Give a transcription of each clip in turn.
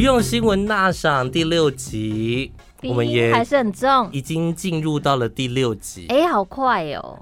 用新闻大赏第六集，鼻我们也音还是很重。已经进入到了第六集。哎、好快哦！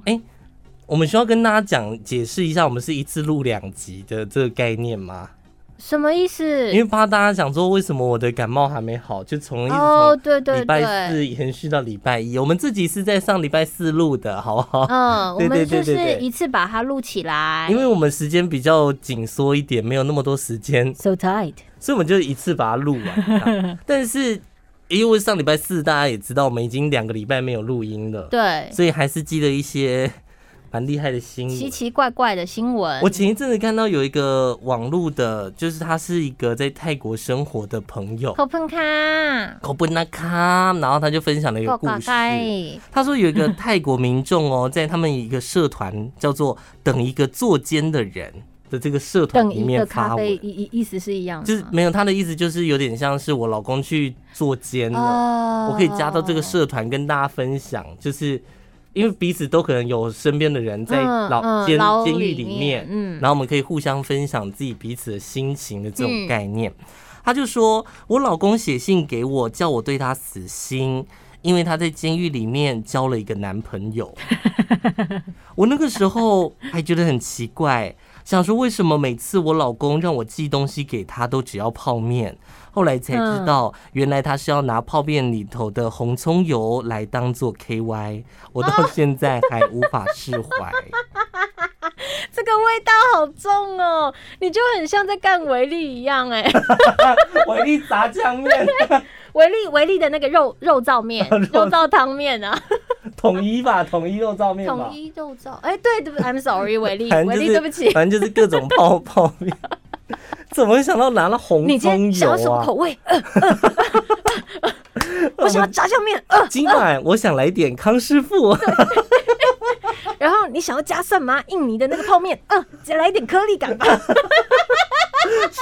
我们需要跟大家讲解释一下，我们是一次录两集的这个概念吗？什么意思因？为怕大家想说，为什么我的感冒还没好，就从一直哦，从对对礼拜对，四延续到礼拜一。我们自己是在上礼拜四录的，好不好？嗯，我对对们对对就是对一次把它录起来因。为我们时间比较紧缩一点，没有那么多时间， So tight，所以我们就一次把它录完这 样。但是因为上礼拜四大家也知道，我们已经两个礼拜没有录音了，对，所以还是记得一些 蛮厉害的新奇闻。奇怪怪的新闻我。前一阵子看到有一个网络的，就是他是一个在泰国生活的朋友，口喷卡，口布纳卡，然后他就分享了一个够故嘎事。嘎，他说有一个泰国民众哦， 在他们一个社团叫做“等一个坐监的人”的这个社团等里一个面咖发啡文，意意意思是一样的就是吗，没有他的意思，就是有点像是我老公去坐监了，哦我可以加到这个社团跟大家分享，就是因为彼此都可能有身边的人在嗯老嗯监牢监狱里里面面，嗯然后我们可以互相分享自己彼此的心情的这嗯种概念。他就说：“我老公写信给我，叫我对他死心，因为他在监狱里面交了一个男朋友。”我那个时候还觉得很奇怪，想说为什么每次我老公让我寄东西给他都只要泡面，后来才知道原来他是要拿泡面里头的红葱油来当做 KY，我到现在还无法释怀。这个味道好重哦，你就很像在干维力一样哎， 我一炸酱 面。维力维力的那个肉肉燥面 肉、肉燥汤面啊，统一吧，统一肉燥面吧。统一肉燥。哎，对对不，I'm sorry，维力，反维正力，就是对不起，反正就是各种泡泡 面。怎么会想到拿了红你今葱天油想要什么啊口？味？呃呃 我想要炸酱面，呃，今晚我想来点康师傅。然后你想要加蒜麻印尼的那个泡面，呃，再来一点颗粒感吧。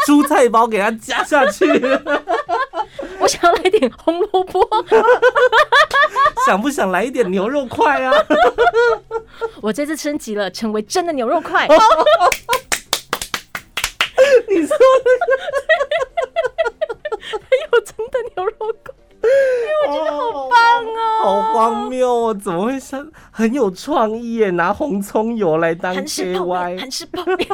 蔬菜包给它加下去，我想要来一点红萝卜，想不想来一点牛肉块啊？ 我这次升级了，成为真的牛肉哦块。你说有真的牛肉块，我觉得好棒哦，好荒谬哦！怎么会想很有创意耶？拿红葱油来当韩式泡面， KY，韩式泡面。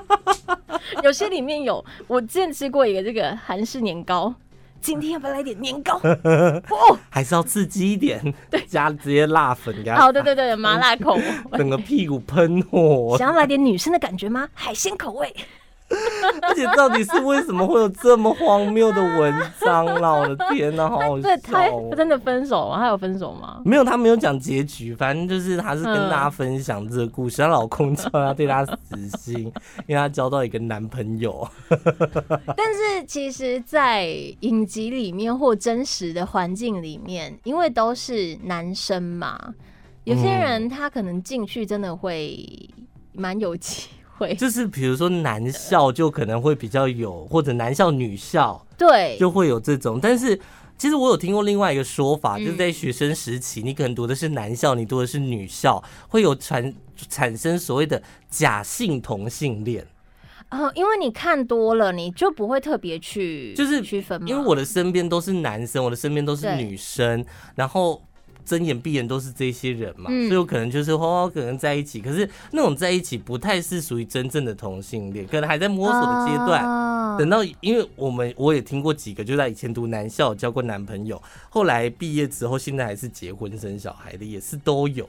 有些里面有，我之前吃过一个这个韩式年糕，今天要不要来点年 糕？哦，还是要刺激一点，加直接辣粉给它好，哦对对对，麻辣口味。整个屁股喷 火。想要来点女生的感觉 吗？海鲜口味，而且到底是为什么会有这么荒谬的文章啦？我的天哪，好好 对，他笑哦！真的分手吗？他有分手 吗？没有，他没有讲结局，反正就是他是跟嗯大家分享这个故事。她、老公叫她对她死心，因为她交到一个男朋友。但是其实，在影集里面或真实的环境里面，因为都是男生嘛，有些嗯人他可能进去真的会蛮有机会，就是比如说男校就可能会比较有，或者男校女校对，就会有这种，但是。其实我有听过另外一个说法，嗯就是在学生时期，你可能读的是男校，你读的是女校，会有产产生所谓的假性同性恋。哦，因为你看多了，你就不会特别去就是区分嘛。因为我的身边都是男生，我的身边都是对女生，然后睁眼闭眼都是这些人嘛，嗯所以我可能就是花花可能在一起，可是那种在一起不太是属于真正的同性恋，可能还在摸索的阶段。啊等到，因为我们我也听过几个，就在以前读男校交过男朋友，后来毕业之后，现在还是结婚生小孩的，也是都有。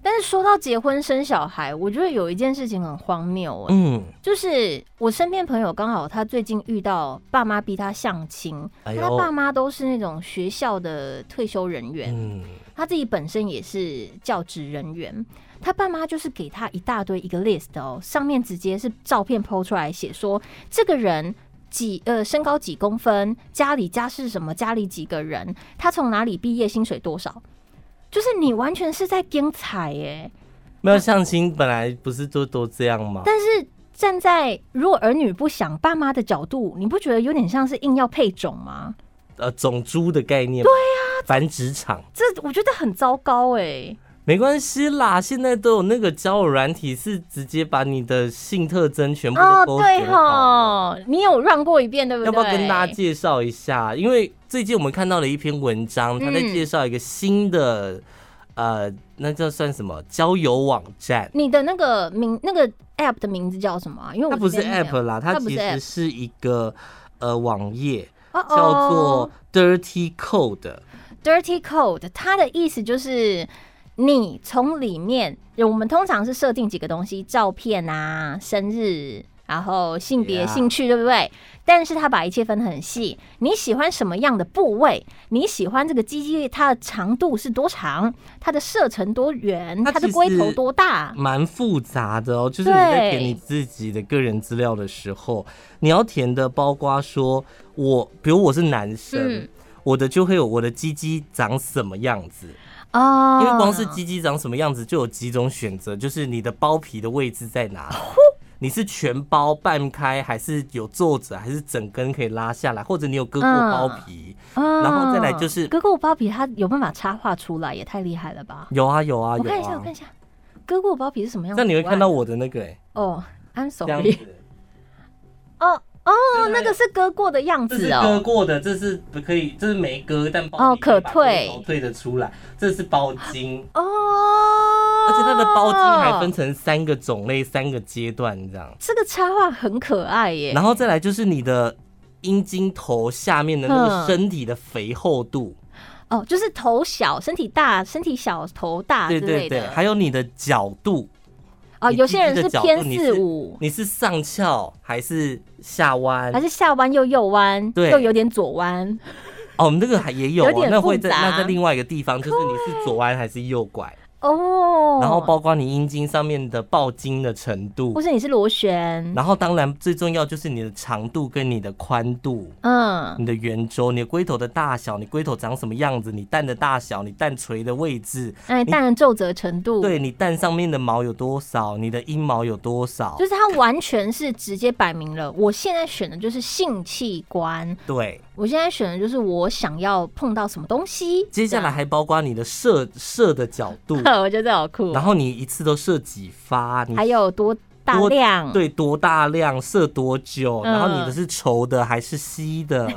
但是说到结婚生小孩，我觉得有一件事情很荒谬、欸，嗯，就是我身边朋友刚好他最近遇到爸妈逼他相亲，哎他爸呦，妈都是那种学校的退休人员，嗯，他自己本身也是教职人员，他爸妈就是给他一大堆一个 list 哦，上面直接是照片剖出来写说这个人。几呃身高几公分，家里家世什么，家里几个人，他从哪里毕业，薪水多少，就是你完全是在编彩耶。没有相亲本来不是都都这样吗？但是站在如果儿女不想爸妈的角度，你不觉得有点像是硬要配种吗？啊呃，种猪的概念，对呀、繁殖场。这我觉得很糟糕哎、没关系啦，现在都有那个交友软体，是直接把你的性特征全部哦，都勾对选好了。吼，你有 run 过一遍，对不对？要不要跟大家介绍一下？因为最近我们看到了一篇文章，他在嗯介绍一个新的，呃，那叫算什么交友网站？你的那个名那个 app 的名字叫什么啊？因为我它不这是边没有 App 啦，它它不其是实 app 是一个呃网页，哦哦叫做 Dirty Code。 Dirty Code，它的意思就是你从里面，我们通常是设定几个东西，照片啊、生日，然后性别、 Yeah 兴趣，对不对？但是它把一切分得很细，你喜欢什么样的部位，你喜欢这个鸡鸡它的长度是多长，它的射程多远，它它的其龟头实多大，蛮复杂的哦，就是你在填你自己的个人资料的时候，你要填的包括说我，比如我是男生，嗯我的就会有我的鸡鸡长什么样子，哦，因为光是鸡鸡长什么样子就有几种选择，就是你的包皮的位置在哦哪里。你是全包半开，还是有皱褶，还是整根可以拉下来，或者你有割过嗯包皮？嗯，然后再来就是割过包皮，它有办法插画出来，也太厉害了吧！有啊有啊我看一有下，我啊看一。下，割过包皮是什么样那的图案？你会看到我的那个哎、哦、i m 这样子 sorry，，哦哦，那个是割过的样这是子割哦，过的，这是不可以，这是没割，但包哦皮可以把可退龟头退得出来，这是包茎，哦，而且它的包茎还分，成三个种类、三个阶段这样。这个插画很可爱耶，然后再来就是你的阴茎头下面的那个身体的肥厚度，哦，就是头小身体大，身体小头大啊之对类对对，的，还有你的角度，哦，你有些人鸡鸡是的角偏度你四是五，你是上翘还是下弯还？是下弯又右弯，对又有点左弯，哦，我们这个还也有、哦，有点那会复在杂那在另外一个地方，就是你是左弯还是右拐，哦，然后包括你阴茎上面的爆茎的程度或。是你是螺旋，然后当然最重要就是你的长度跟你的宽度、嗯，你的圆周、你的龟头的大小、你龟头长什么样子、你蛋的大小、你蛋垂的位置，哎，当然皱褶程度，对你蛋上面的毛有多少，你的阴毛有多少就，是它完全是直接摆明了，我现在选的就是性器官，对。我现在选的就是我想要碰到什么东西。接下来还包括你的射射的角度 这，样，我觉得这好酷然。后你一次都射几发，你还有多大多量？对多大量射多久，嗯然后你的是稠的还是稀 的，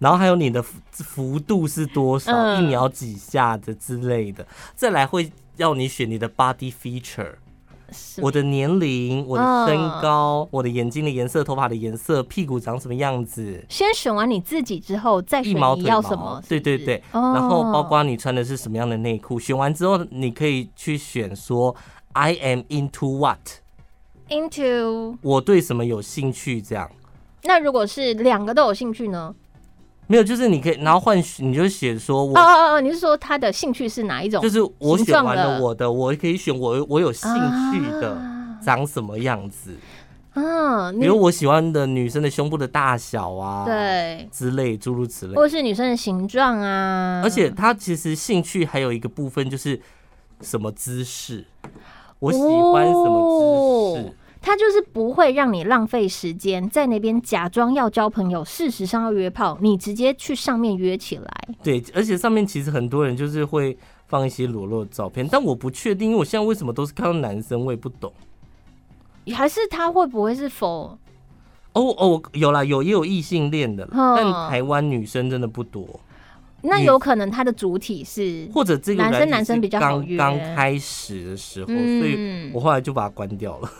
然后还有你的幅幅度是多少，嗯一秒几下的之类的，再来会要你选你的 body feature。是我的年嗯龄、我的身高、我的眼睛的颜色、头发的颜色、屁股长什么样子、先选完你自己之后，再选一毛你腿要什毛么。对对对，哦然后包括你穿的是什么样的内裤。选完之后，你可以去选说 I am into what， into。我对什么有兴趣这样。那如果是两个都有兴趣呢？没有，就是你可以，然后换你就写说我，哦哦哦，你是说他的兴趣是哪一种？就是我选形状完了的我的，我可以选我我有兴趣的、啊长什么样子，嗯，比啊你如我喜欢的女生的胸部的大小啊，，对，嗯之类诸如此类。或者是女生的形状啊。而且它其实兴趣还有一个部分就是什么姿势，我喜欢什么姿势。哦他就是不会让你浪费时间在那边假装要交朋友，事实上要约炮，你直接去上面约起来。对，而且上面其实很多人就是会放一些裸露的照片，但我不确定，因为我现在为什么都是看到男生，我也不懂。还是他会不会是否哦哦，有啦，有也有异性恋的啦，嗯但台湾女生真的不多，那女有可能他的主体是或者这个男生软体男生是比较好刚约刚开始的时候，所以嗯我，后来就把它关掉了，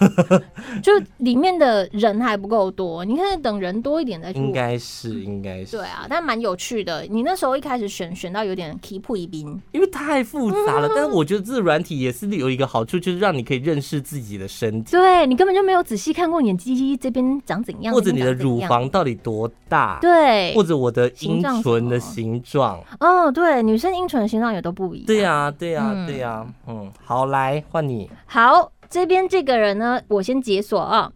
就里面的人还不够多，你看等人多一点再去应。该是应该是嗯对，啊，但蛮有趣的。你那时候一开始选选到有点 keep 一兵，因为太复杂了。但是我觉得这软体也是有一个好处，就是让你可以认识自己的身体，对你根本就没有仔细看过你的鸡鸡这边长怎样，或者你的那边长怎乳样，房到底多大，对或，者我的形阴状什唇的么形状。哦，对，女生阴唇的形状也都不一样。对啊呀、对呀、嗯对呀、嗯，好，来换你。好，这边这个人呢，我先解锁啊、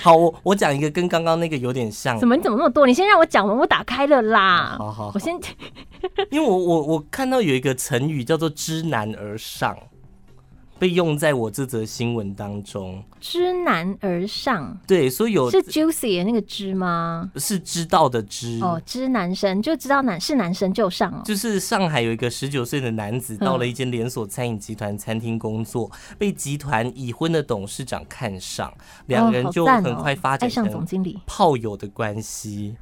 好，我我讲一个跟刚刚那个有点像的怎。么你怎么那么多？你先让我讲完，我打开了啦。好好我先因为我我我看到有一个成语叫做“知难而上”，被用在我这则新闻当中。知难而上对，所以有是 juicy 的那个知吗？是知道的知，哦，知男生就知道男是男生就上哦。就是上海有一个十九岁的男子，嗯到了一间连锁餐饮集团餐厅工作，被集团已婚的董事长看上，两人就哦好赞很哦快发展爱上总成经理，炮友的关系。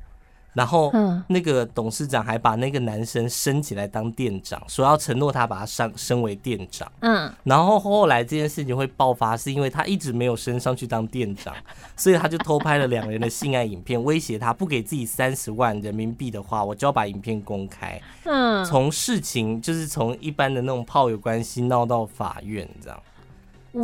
然后嗯，那个董事长还把那个男生升起来当店长，说要承诺他把他上升为店长。嗯，然后后来这件事情会爆发，是因为他一直没有升上去当店长， 所以他就偷拍了两人的性爱影片，威胁他不给自己三十万人民币的话，我就要把影片公开。嗯，从事情就是从一般的那种炮友关系闹到法院这样。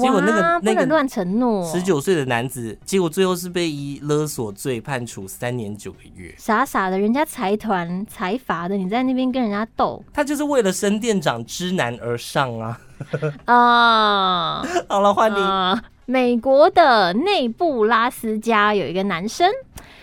结果那个哇那个不能乱承诺，十九岁的男子，结果最后是被以勒索罪判处三年九个月。傻傻的，人家财团财阀的，你在那边跟人家斗他就是为了升店长知难而上啊！ 啊好了，换你。啊！美国的内布拉斯加有一个男生，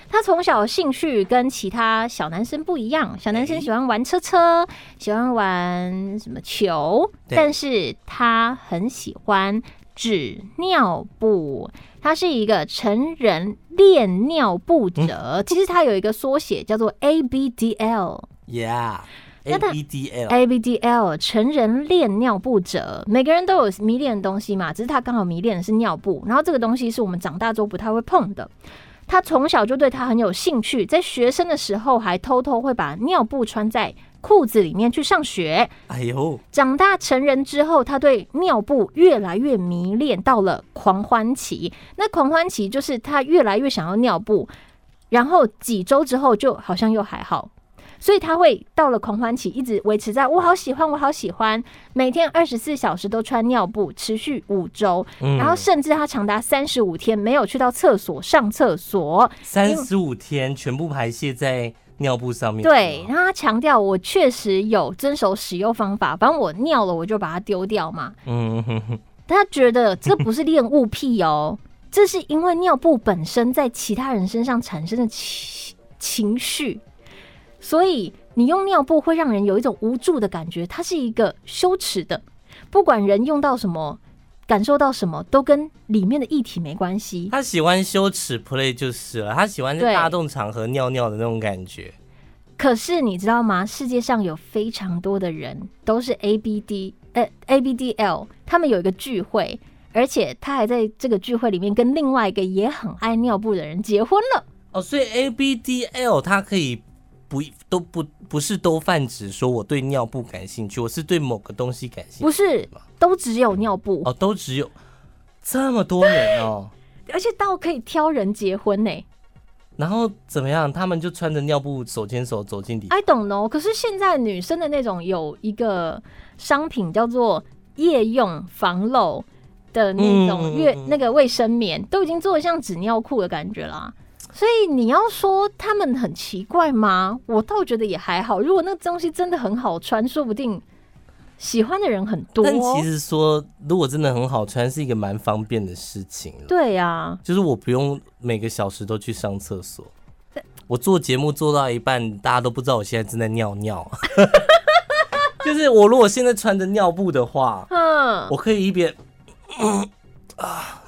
他从小兴趣跟其他小男生不一样，小男生喜欢玩车车，喜欢玩什么球，对但是他很喜欢纸尿布。他是一个成人恋尿布者，其实他有一个缩写叫做 ABDL。 Yeah，A 那他哎 B E D L。 ABDL 成人恋尿布者，每个人都有迷恋的东西嘛，只是他刚好迷恋的是尿布，然后这个东西是我们长大之后不太会碰的。他从小就对他很有兴趣，在学生的时候还偷偷会把尿布穿在裤子里面去上学。哎呦，长大成人之后，他对尿布越来越迷恋，到了狂欢期。那狂欢期就是他越来越想要尿布，然后几周之后就好像又还好，所以他会到了狂欢期一直维持在我好喜欢，我好喜欢，每天二十四小时都穿尿布，持续五周，嗯然后甚至他长达三十五天没有去到厕所上厕所，三十五天全部排泄在尿布上面。对，然后他强调我确实有遵守使用方法，反正我尿了我就把它丢掉嘛。嗯哼哼，他觉得这不是恋物癖哦， 这是因为尿布本身在其他人身上产生的情情绪，所以你用尿布会让人有一种无助的感觉，它是一个羞耻的，不管人用到什么，感受到什么，都跟里面的液体没关系。他喜欢羞耻 play 就是了，他喜欢在对大众场合尿尿的那种感觉。可是你知道吗？世界上有非常多的人都是 ABD 呃 ABDL，他们有一个聚会，而且他还在这个聚会里面跟另外一个也很爱尿布的人结婚了。哦，所以 A B D L 它可以不都不不是都泛指说我对尿布感兴趣，我是对某个东西感兴不趣。是都只有尿布，哦，都只有这么多人 哦，而且到可以挑人结婚呢、然后怎么样？他们就穿着尿布手牵手走进礼。 I don't know。可是现在女生的那种有一个商品叫做夜用防漏的那种嗯月、嗯嗯那个卫生棉，都已经做的像纸尿裤的感觉啦。所以你要说他们很奇怪吗？我倒觉得也还好。如果那个东西真的很好穿，说不定喜欢的人很多。但其实说，如果真的很好穿，是一个蛮方便的事情了。对啊呀、就是我不用每个小时都去上厕所。我做节目做到一半，大家都不知道我现在正在尿尿。 就是我如果现在穿着尿布的话，嗯，我可以一边、 啊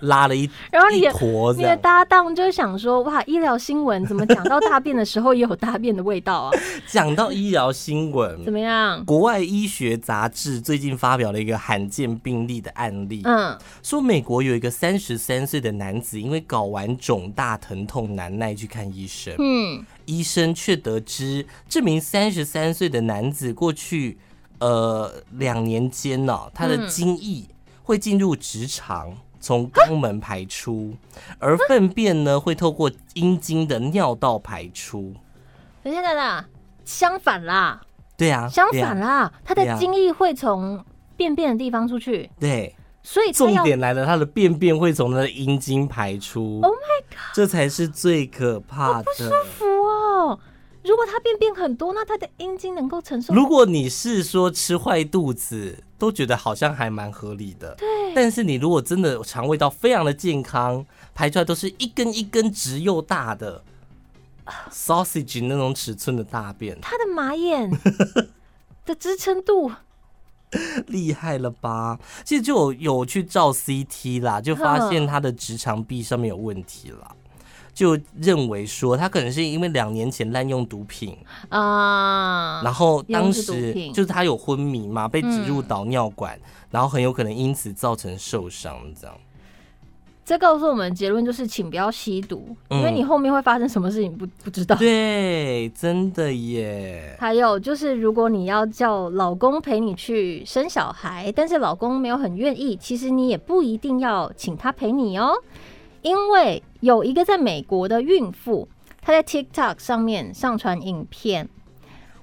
拉了一然后你一也坨这哦你的样，搭档就想说，哇，医疗新闻怎么讲到大便的时候也有大便的味道啊？讲到医疗新怎闻，么样？国外医学杂志最近发表了一个罕见病例的案例，嗯，说美国有一个三十三岁的男子，因为睾丸肿大、疼痛难耐去看医生。嗯，医生却得知，这名三十三岁的男子过去呃两年间呢、他的精液会进入直肠，从肛门排出，而粪便呢会透过阴茎的尿道排出。等一下，等等，相反啦，对啊，相对啊反啦，他对的啊精液会从便便的地方出去，对，所以他重要点来了，他的便便会从他的阴茎排出。 Oh my god，这才是最可怕的。服哦。如果他便便很多，那他的阴茎能够承受？如果你是说吃坏肚子，都觉得好像还蛮合理的。对。但是你如果真的肠胃道非常的健康，排出来都是一根一根直又大的 sausage 那种尺寸的大便，他的马眼的支撑度厉害了吧？其实就有有去照 CT 啦，就发现他的直肠壁上面有问题啦，就认为说他可能是因为两年前滥用毒品，啊、然后当用是毒时品嗯就是他有昏迷嘛，被植入导尿管，然后很有可能因此造成受伤这样。这告诉我们结论就是，请不要吸毒，因为嗯你后面会发生什么事情不不知道。对，真的耶。还有就是，如果你要叫老公陪你去生小孩，但是老公没有很愿意，其实你也不一定要请他陪你哦，因为有一个在美国的孕妇，她在 TikTok 上面上传影片，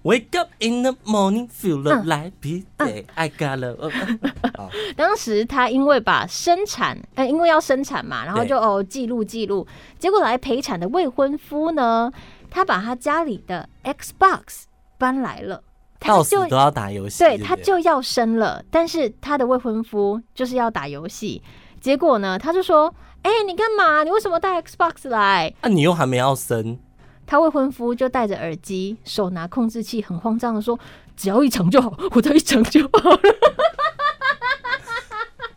Wake up in the morning, feel the 嗯 light beat day. I got love. 好当时她因为把生产，呃，因为要生产嘛，然后对就哦记录记录，结果来陪产的未婚夫呢，他把他家里的 Xbox 搬来了，他到死就啊都要打游戏。对不他就要生了，但是他的未婚夫就是要打游戏，结果呢，他就说：“哎、你干嘛？你为什么带 Xbox 来啊，你又还没要生，？”他未婚夫就戴着耳机，手拿控制器，很慌张的说：“只要一场就好，我只要一场就 好了。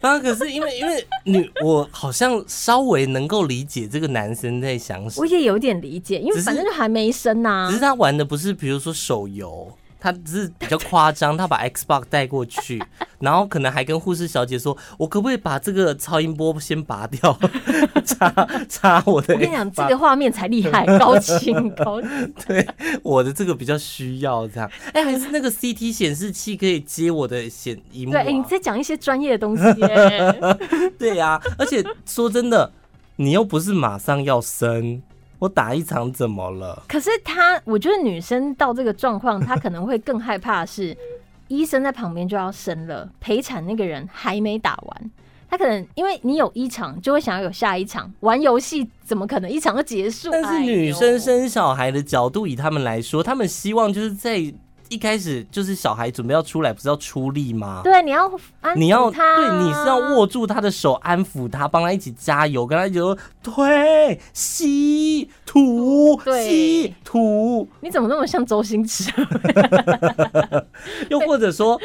当啊然可是因为因为你我好像稍微能够理解这个男生在想”什我么，也有点理解，因为只是反正就还没生呐、只是他玩的不是比如说手游。他只是比较夸张，他把 Xbox 带过去，然后可能还跟护士小姐说：“我可不可以把这个超音波先拔掉， 插插我的我跟你讲，这 Xbox？” 个画面才厉害，高清 高清。我的这个比较需要这样。 哎、还是那个 CT 显示器可以接我的显荧幕、对，啊。哎、你在讲一些专业的东西耶。对呀、而且说真的，你又不是马上要生，我打一场怎么 了？可是她，我觉得女生到这个状况，她可能会更害怕的是， 医生在旁边就要生了，陪产那个人还没打完，她可能因为你有一场，就会想要有下一场。玩游戏怎么可能一场就结束？但是女生哎呦，生小孩的角度，以他们来说，他们希望就是在一开始就是小孩准备要出来，不是要出力吗？对，你要安抚你要她啊对，你是要握住他的手，安抚他，帮他一起加油，跟他一起说推、吸、吐、对吸、吐，你怎么那么像周星驰？啊 又或者说，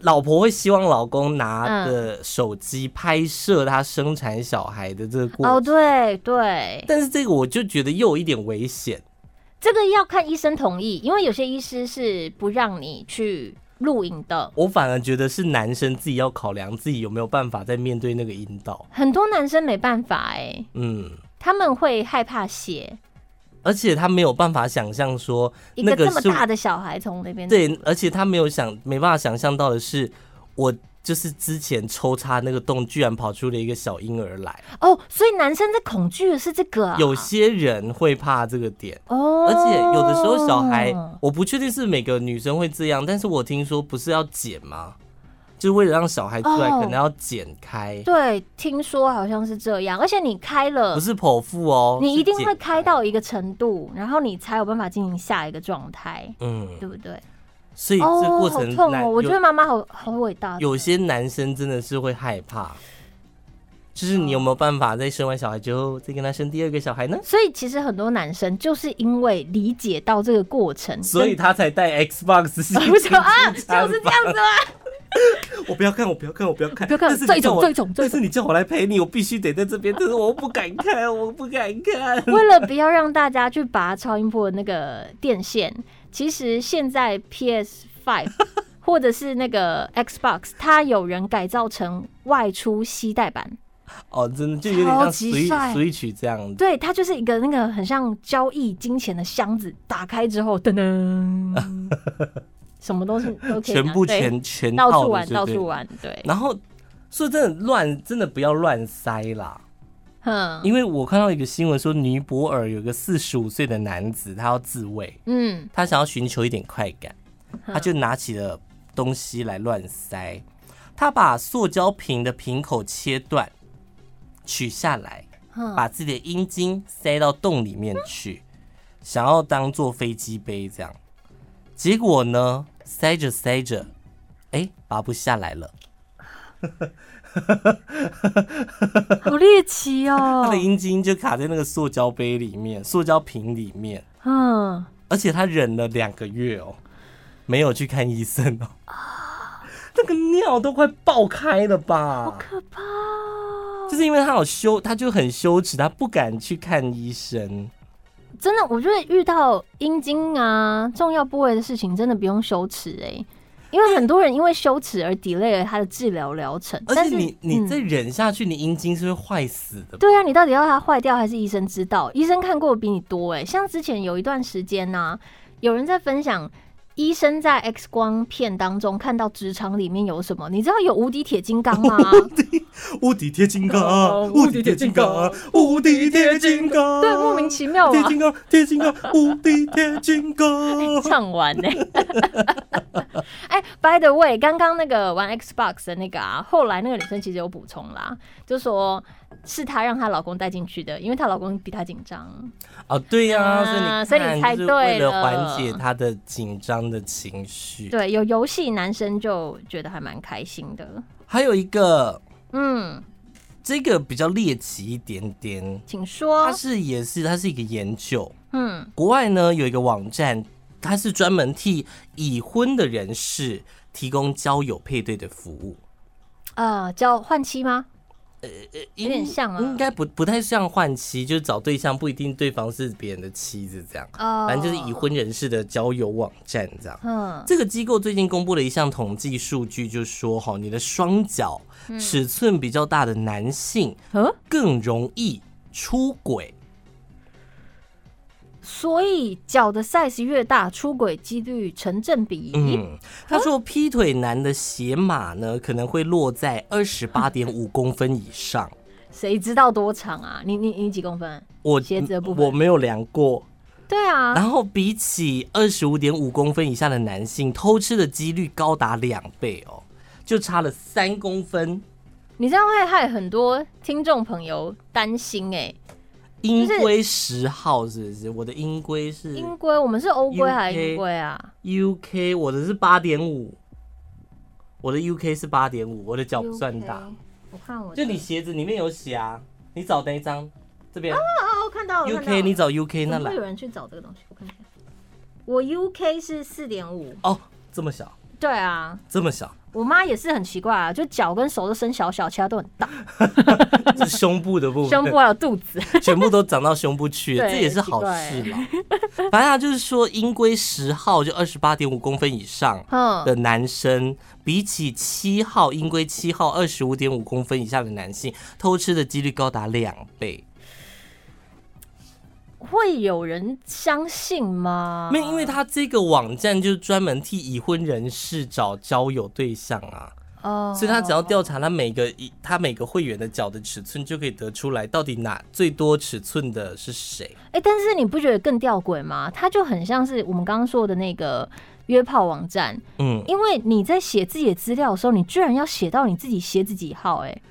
老婆会希望老公拿着手机拍摄他生产小孩的这个过程。哦，对对，但是这个我就觉得又有一点危险，这个要看医生同意，因为有些医师是不让你去录影的。我反而觉得是男生自己要考量自己有没有办法在面对那个阴道。很多男生没办法哎、嗯，他们会害怕血，而且他没有办法想象说一那个个这么是大的小孩从那边，对，而且他没有想没办法想象到的是，我就是之前抽插那个洞，居然跑出了一个小婴儿来。哦，所以男生在恐惧的是这个、啊，有些人会怕这个点。哦，而且有的时候小孩，我不确定是每个女生会这样，但是我听说不是要剪吗？就为了让小孩出来，哦可能要剪开，对，听说好像是这样，而且你开了不。是剖腹哦，你一定是会剪开。到一个程度，然后你才有办法进行下一个状态，嗯，对不对？所以这哦，过好程痛难哦！我觉得有妈妈好好伟大。有些男生真的是会害怕，就是你有没有办法在生完小孩之后再跟他生第二个小孩呢？所以其实很多男生就是因为理解到这个过程，所以他才带 Xbox 进 我想啊，进就是餐这房样子啊，我不要看，我不要看，我不要看，不要看但是这你叫种我这种这但是你叫我来陪你，我必须得在这边，但是我不敢看，我不敢看。为了不要让大家去拔超音波的那个电线，其实现在 PS Five 或者是那个 Xbox，它有人改造成外出吸带版， 哦，真的就有点超像级 Switch 帅 Switch 这样子。对，它就是一个那个很像交易金钱的箱子，打开之后噔噔，什么都 是都可以拿全部对全全到套处的玩，就到对处了。玩，对，然后说真的，乱真的不要乱塞啦，嗯因为我看到一个新闻说，尼泊尔有个四十五岁的男子，他要自慰，嗯，他想要寻求一点快感，他就拿起了东西来乱塞，他把塑胶瓶的瓶口切断，取下来，嗯把自己的阴茎塞到洞里面去，想要当做飞机杯这样。结果呢，塞着塞着，哎，拔不下来了，好猎奇他哦的，阴茎就卡在那个塑胶杯里面、塑胶瓶里面，嗯。而且他忍了两个月哦，没有去看医生哦。那个尿都快爆开了吧？可怕啊哦、就是因为他好羞，他就很羞耻，他不敢去看医生。真的，我觉得遇到阴茎啊重要部位的事情，真的不用羞耻哎、因为很多人因为羞耻而 delay 了他的治疗疗程。而但且是你你嗯再忍下去，你阴茎是会坏死的。对啊，你到底要它坏掉还是医生知道？医生看过比你多哎、像之前有一段时间呢、有人在分享。医生在 X 光片当中看到职场里面有什么？你知道有无敌铁金刚 吗？啊无敌铁金哦刚，无敌铁金刚，无敌铁金刚，对，莫名其妙 铁啊，金刚，铁金 刚，无敌铁金刚。唱完呢、 哎、b y the way，刚刚那个玩 Xbox 的那个啊，后来那个女生其实有补充啦，就说是她让她老公带进去的，因为她老公比她紧张。 哦，对呀、啊所以你所以看你猜就是为对了缓解了他的紧张的情绪。对，有游戏男生就觉得还蛮开心的。还有一个，嗯，这个比较猎奇一点点，请说它。是也是它是一个研究，嗯，国外呢有一个网站，它是专门替已婚的人士提供交友配对的服务，呃，叫换妻吗？有点像啊应该不不太像换妻，就是找对象不一定对方是别人的妻子这样，哦，反正就是已。婚人士的交友网站这样。嗯，这个机构最近公布了一项统计数据，就说哈，你的双脚尺寸比较大的男性嗯更容易出轨。所以脚的 size 越大，出轨几率成正比。嗯，他说劈腿男的鞋码呢，可能会落在二十八点五公分以 上。谁知道多长啊？你你你几公分？我鞋子的部分我没有量过。对啊，然后比起二十五点五公分以下的男性，偷吃的几率高达两倍哦，就差了三公分。你这样会害很多听众朋友担心哎、英规十号是不是？我的英规是英规，我们是欧规 UK 还是英规啊？ UK，我的是八点五，我的 UK 是八点五，我的脚不算大。。我看我的就你鞋子里面有写啊，你找那一张这边哦，看到了看到了 UK，你找 UK 那怎么来会有人去找这个东西？我看一下，我 UK 是四点五。哦，这么小，对啊，这么小，我妈也是很奇怪啊，就脚跟手都伸小小，其他都很大，这胸部的部分，胸部还有肚子。 全部都长到胸部去了， 对这也是好事啦。 反正他就是说，英规十号就二十八点五公分以上嗯，的男生，比起七号英规七号二十五点五公分以下的男性，偷吃的几率高达两倍。会有人相信吗？没有，因为他这个网站就是专门替已婚人士找交友对象啊，哦，所以他只要调查他每个一他每个会员的脚的尺寸，就可以得出来到底哪最多尺寸的是谁。哎、但是你不觉得更吊诡吗？它就很像是我们刚刚说的那个约炮网站，嗯，因为你在写自己的资料的时候，你居然要写到你自己鞋子几号、哎，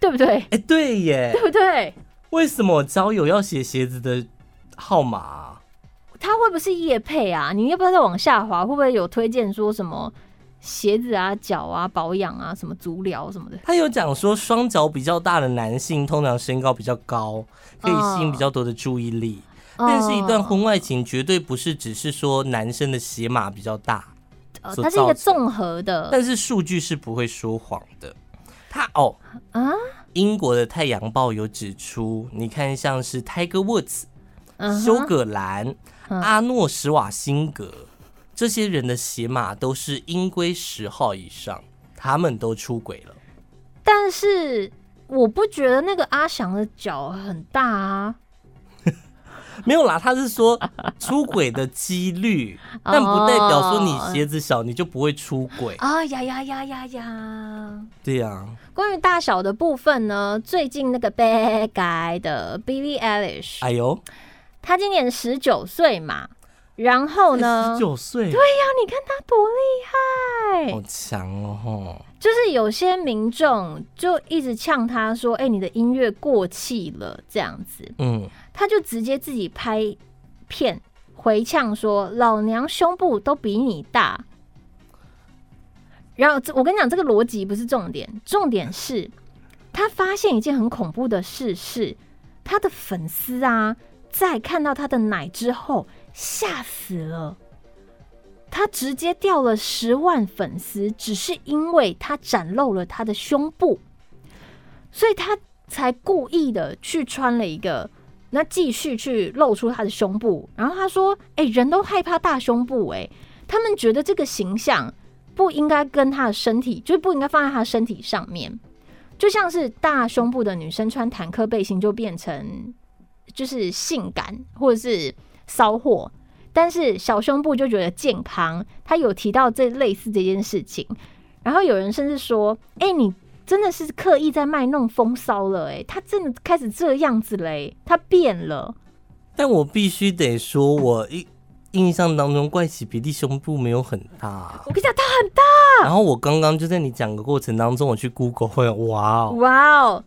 对 不对？哎，对耶对，不对？为什么交友要写鞋子的号码啊、它会不会是夜配啊？你要不要再往下滑？会不会有推荐说什么鞋子啊、脚啊、保养啊、什么足疗什么的？他有讲说，双脚比较大的男性通常身高比较高，可以吸引比较多的注意力。哦哦但是，一段婚外情绝对不是只是说男生的鞋码比较大，呃，所它是一个造成综合的但是数据是不会说谎的。他哦，啊，英国的《太阳报》有指出，你看像是 Tiger Woods、嗯休哼葛兰、嗯阿诺·施瓦辛格这些人的鞋码都是英规十号以上，他们都出轨 了。但是我不觉得那个阿翔的脚很大啊，没有啦，他是说出轨的几 率，哦但不代表说你鞋子小你就不会出轨。啊呀呀呀呀呀！对啊呀、关于大小的部分呢，最近那个 Bad Guy 的 Billie Eilish，哎呦，她今年十九岁嘛，然后呢哎十，九岁，对，那你看她多厉害，好强哦吼！就是有些民众就一直呛她说：“哎、你的音乐过气了。”这样子，嗯，她就直接自己拍片回呛说：“老娘胸部都比你大。”然后这我跟你讲，这个逻辑不是重点，重点是她发现一件很恐怖的事是，她的粉丝啊，在看到她的奶之后吓死了。他直接掉了十万粉丝，只是因为他展露了他的胸部，所以他才故意的去穿了一个，那继续去露出他的胸部。然后他说：“哎、人都害怕大胸部、哎，他们觉得这个形象不应该跟他的身体，就不应该放在他的身体上面。”就像是大胸部的女生穿坦克背心就变成就是性感或者是骚货，但是小胸部就觉得健康。他有提到这类似这件事情，然后有人甚至说：“哎、你真的是刻意在卖弄风骚了、欸？哎，他真的开始这样子嘞、欸，他变哦了。但我必须得说，我印印象当中怪喜比利胸部没有很大我。跟你讲，他很大，然后我刚刚就在你讲的过程当中，我去 Google 会，哇哦！哇哦！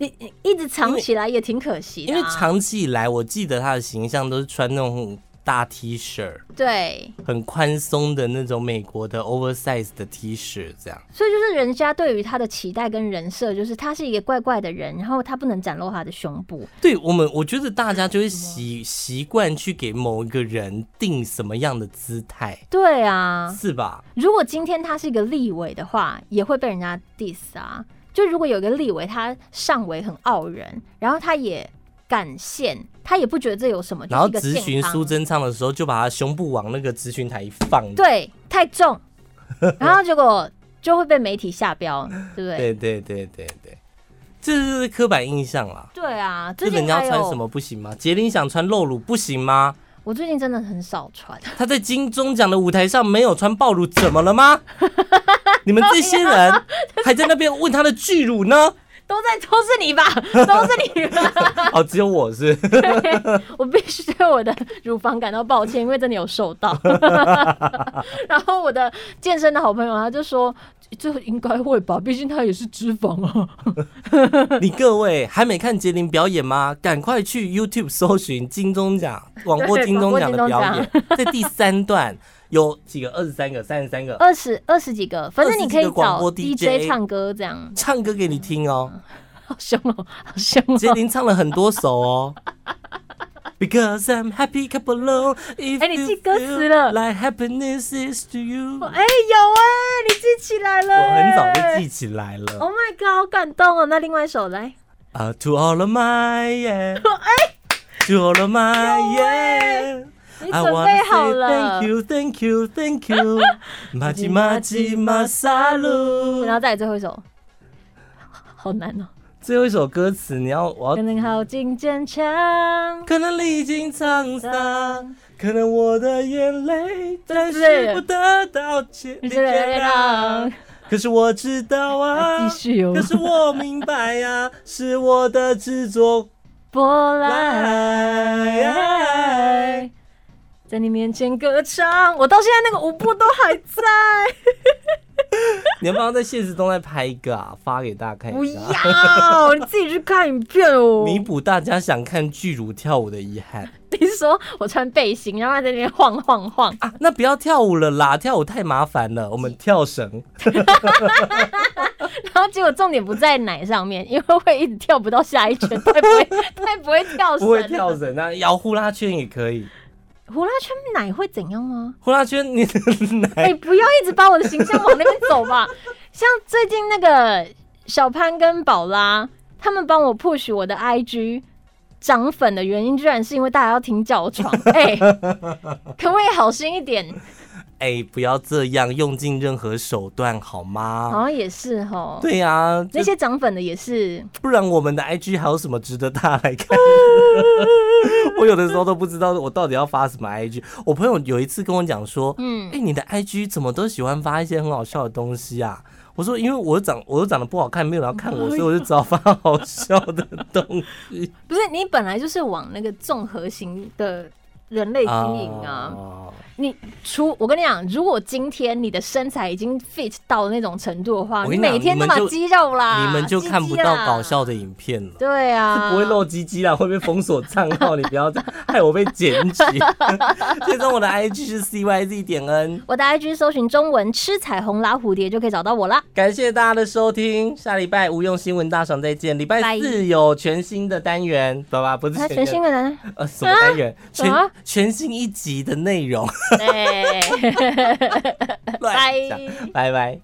你你一直藏起来也挺可惜的因啊、为长期以来，我记得他的形象都是穿那种大 T 恤，对，很宽松的那种美国的 oversize 的 T 恤，这样。所以就是人家对于他的期待跟人设，就是他是一个怪怪的人，然后他不能展露他的胸部。对我们，我觉得大家就会习习惯去给某一个人定什么样的姿态，对啊，是吧？如果今天他是一个立委的话，也会被人家 diss 啊。就如果有一个立委，他上围很傲人，然后他也感谢，他也不觉得这有什么，然后就是咨一个询健康苏贞昌的时候，就把他胸部往那个咨询台一放。对 太重，然后结果就会被媒体下标，对不对？对对对对对，这就是刻板印象啦。对啊，最日本人近要还有穿什么不行吗？杰林想穿露乳不行吗？我最近真的很少穿，他在金钟奖的舞台上没有穿暴乳，怎么了 吗？你们这些人还在那边问他的巨乳呢？都在都是 你吧，都是你吧。哦，只有我是我必须对我的乳房感到抱歉，因为真的有受到。 然后我的健身的好朋友他就说，这应该会吧，毕竟它也是脂肪啊。你各位还没看杰林表演吗？赶快去 YouTube 搜寻金钟奖广播对金钟奖的广播金钟表演，在第三段有几个？二十三个、三十三个，二十二十几个，反正你可20几以个广找播 DJ DJ 唱歌，这样 唱歌给你听哦。好凶哦，好凶哦。杰林唱了很多首 哦。Because I'm happy, c o u p alone. If 哎你记歌词 you feel 了 Like happiness is to you。哎、有哎、你记起来了、我很早就记。起来了。 Oh my god，好感动哦！那另外一首 来，啊、t o all of my yeah，t 哎 o all of my yeah。欸你准备好了 Thank，you, thank you, thank you. 马吉马吉马萨鲁然。后再来最后一首， 好难哦。最后一首歌词，你要我可要。能耗尽坚强，可能历经沧嗯桑，可能我的眼泪暂类时的不得到解你这个人啊让，可是我知道啊继，续哦可。是我明白呀、是我的执着 波兰，来。在你面前歌唱，我到现在那个舞步都还 在。你要不要在现实中再拍一个啊，发给大家看不一下，啊要，你自己去看影片哦。弥补大家想看巨乳跳舞的遗憾你是说我穿背心，然后在那边晃晃晃，啊？那不要跳舞了啦，跳舞太麻烦了，我们跳绳。然后结果重点不在奶上面，因为会一直跳不到下一 圈，太不会，太不会跳绳。不会跳。绳啊，摇呼啦圈也可以。胡拉圈奶会怎样吗？呼啦圈，你的哎、奶不要一直把我的形象往那边走吧。 像最近那个小潘跟宝拉，他们帮我 push 我的 IG 涨粉的原因，居然是因为大家要听 叫床。哎、可不可以好心一点？哎、不要这样，用尽任何手段好好吗？像也是哈。对呀、啊，哦那这些涨粉的也是，不然我们的 IG 还有什么值得大家来 看？我有的时候都不知道我到底要发什么 IG。我朋友有一次跟我讲说，嗯哎、，你的 IG 怎么都喜欢发一些很好笑的东西啊？我说，因为我长我长得不好看，没有人要哎看我，所以我就只好发好笑的东西。不是你本来就是往那个综合型的人类经营啊。哦你除我跟你讲，如果今天你的身材已经 fit 到那种程度的话，我你跟你讲每天都你们拿就肌肉啦，你们就看不到搞啊鸡鸡啦。笑的影片了。对啊，不会露鸡鸡啦，会被封锁账号，你不要这样，害我被检 举。最终我的 IG 是 CYZ 点 N，我的 IG 搜寻中文“吃彩虹拉蝴蝶”就可以找到我啦。感谢大家的收听，下礼拜无用新闻大赏再见。礼拜拜四有全新的单元，爸爸不是那全全啊新新的呢？呃什么单元，什么全全新一集的内容，哎， 乱讲，拜拜。